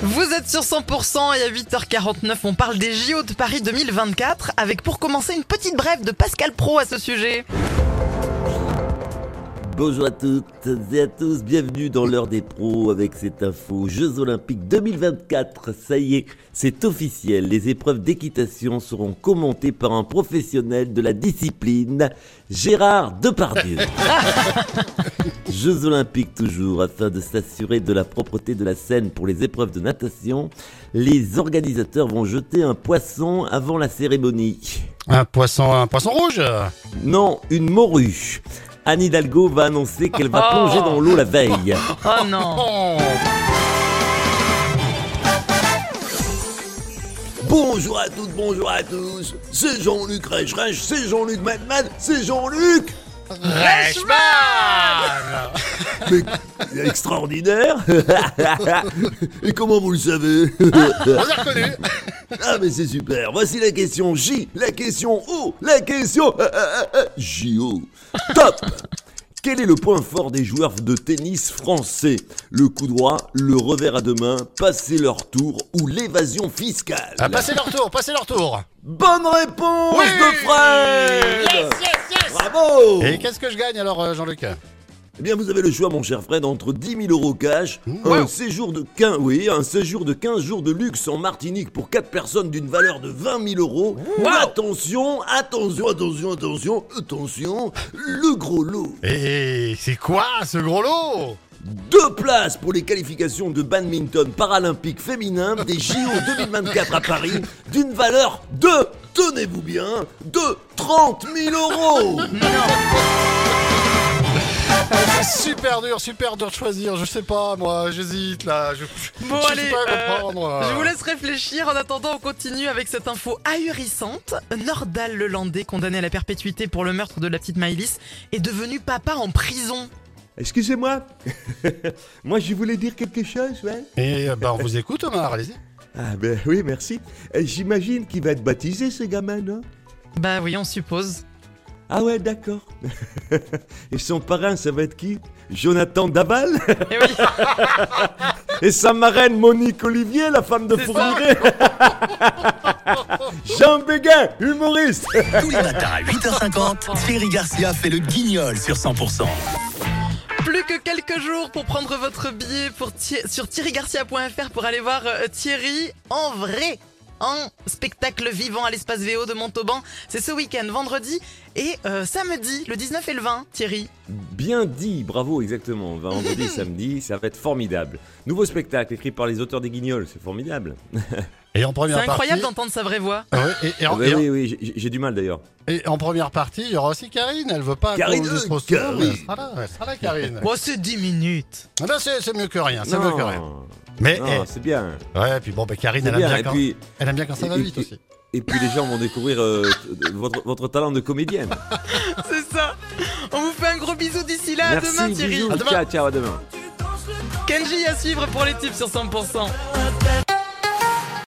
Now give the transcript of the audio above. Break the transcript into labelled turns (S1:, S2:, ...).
S1: Vous êtes sur 100% et à 8h49, on parle des JO de Paris 2024 avec pour commencer une petite brève de Pascal Pro à ce sujet.
S2: Bonjour à toutes et à tous, bienvenue dans l'heure des pros avec cette info Jeux Olympiques 2024. Ça y est, c'est officiel. Les épreuves d'équitation seront commentées par un professionnel de la discipline, Gérard Depardieu. Jeux Olympiques toujours, afin de s'assurer de la propreté de la scène pour les épreuves de natation, les organisateurs vont jeter un poisson avant la cérémonie.
S3: Un poisson, un poisson rouge
S2: Non, une morue. Anne Hidalgo va annoncer qu'elle va
S1: Oh.
S2: plonger dans l'eau la veille.
S1: Oh non
S3: Oh
S4: Bonjour à toutes, bonjour à tous. C'est Jean-Luc Rech Rech, c'est Jean-Luc Madman, c'est Jean-Luc
S3: Reichmann
S4: Mais extraordinaire Et comment vous le savez
S3: On l'a reconnu
S4: Ah mais c'est super. Voici la question J, la question O, la question euh, euh, euh, JO. Top Quel est le point fort des joueurs de tennis français Le coup droit, le revers à deux mains, passer leur tour ou l'évasion fiscale
S3: Ah, Passez leur tour, passez leur tour
S4: Bonne réponse
S3: Oui
S4: de Fred
S3: Yes, yes, yes
S4: Bravo
S3: Et qu'est-ce que je gagne alors, euh, Jean-Luc
S4: Eh bien, vous avez le choix, mon cher Fred, entre 10 000 euros cash, un, séjour de 15, oui, un séjour de 15 jours de luxe en Martinique pour 4 personnes d'une valeur de 20 000 euros. Mais Attention, attention, attention, attention, attention, le gros lot.
S3: Et c'est quoi ce gros lot
S4: Deux places pour les qualifications de badminton paralympique féminin des JO 2024 à Paris d'une valeur de, tenez-vous bien, de 30 000 euros.
S3: C'est super dur, super dur de choisir, je sais pas, moi, j'hésite là, je,
S1: Bon
S3: je sais
S1: allez,
S3: pas
S1: euh,
S3: comprendre. euh.
S1: je vous laisse réfléchir. En attendant, on continue avec cette info ahurissante. Nordal Lelandais, condamné à la perpétuité pour le meurtre de la petite Maïlis, est devenu papa en prison.
S5: Excusez-moi. Moi, je voulais dire quelque chose, ouais.
S3: Et euh, bah, on vous écoute, Omar, allez-y.
S5: Ah ben oui, merci. Euh, J'imagine qu'il va être baptisé, ce gamin, non
S1: Bah oui, on suppose.
S5: Ah ouais, d'accord. Et son parrain, ça va être qui Jonathan Daval
S1: Eh oui,
S5: Et sa marraine, Monique Olivier, la femme de
S1: C'est ça.
S5: Fournier Jean Béguin, humoriste
S6: Tous les matins à 8h50, Thierry Garcia fait le guignol sur 100%.
S1: plus que quelques jours pour prendre votre billet pour Thi- sur thierrygarcia.fr pour aller voir euh, Thierry en vrai. En spectacle vivant à l'espace VO de Montauban. C'est ce week-end, vendredi et euh, samedi, le 19 et le 20, Thierry.
S2: Bien dit, bravo, exactement. Vendredi, samedi, ça va être formidable. Nouveau spectacle écrit par les auteurs des Guignols, c'est formidable.
S3: Et en
S1: C'est
S3: première
S1: incroyable
S3: partie.
S1: d'entendre sa vraie voix.
S3: Ah ouais, et, et
S2: Ah
S3: en,
S2: bah
S3: et en-
S2: oui, oui, j'ai- j'ai du mal d'ailleurs.
S3: et en première partie, il y aura aussi Karine, elle veut pas
S4: Karine,
S3: qu'on dise
S4: euh,
S3: trop souvent, mais elle
S4: Karine.
S3: sera là, elle sera là, Karine.
S1: Bon, c'est 10 minutes.
S3: Ah bah, c'est c'est mieux que rien, c'est mieux
S2: Non,
S3: que rien. Mais,
S2: non, c'est bien.
S3: eh, ouais, puis bon, bah, Karine,
S2: C'est
S3: elle aime,
S2: bien.
S3: bien
S2: Et
S3: quand,
S2: puis,
S3: elle aime bien quand ça va
S2: et-
S3: vite
S2: et-
S3: aussi.
S2: et puis les gens vont découvrir euh, t- votre, votre talent de comédienne.
S1: C'est ça. On vous fait un gros bisou d'ici là.
S2: Merci,
S1: à demain, Thierry.
S2: bisous.
S3: À demain.
S2: Ciao, ciao, à demain.
S1: Kenji à suivre pour les tips sur 100%.
S7: I'll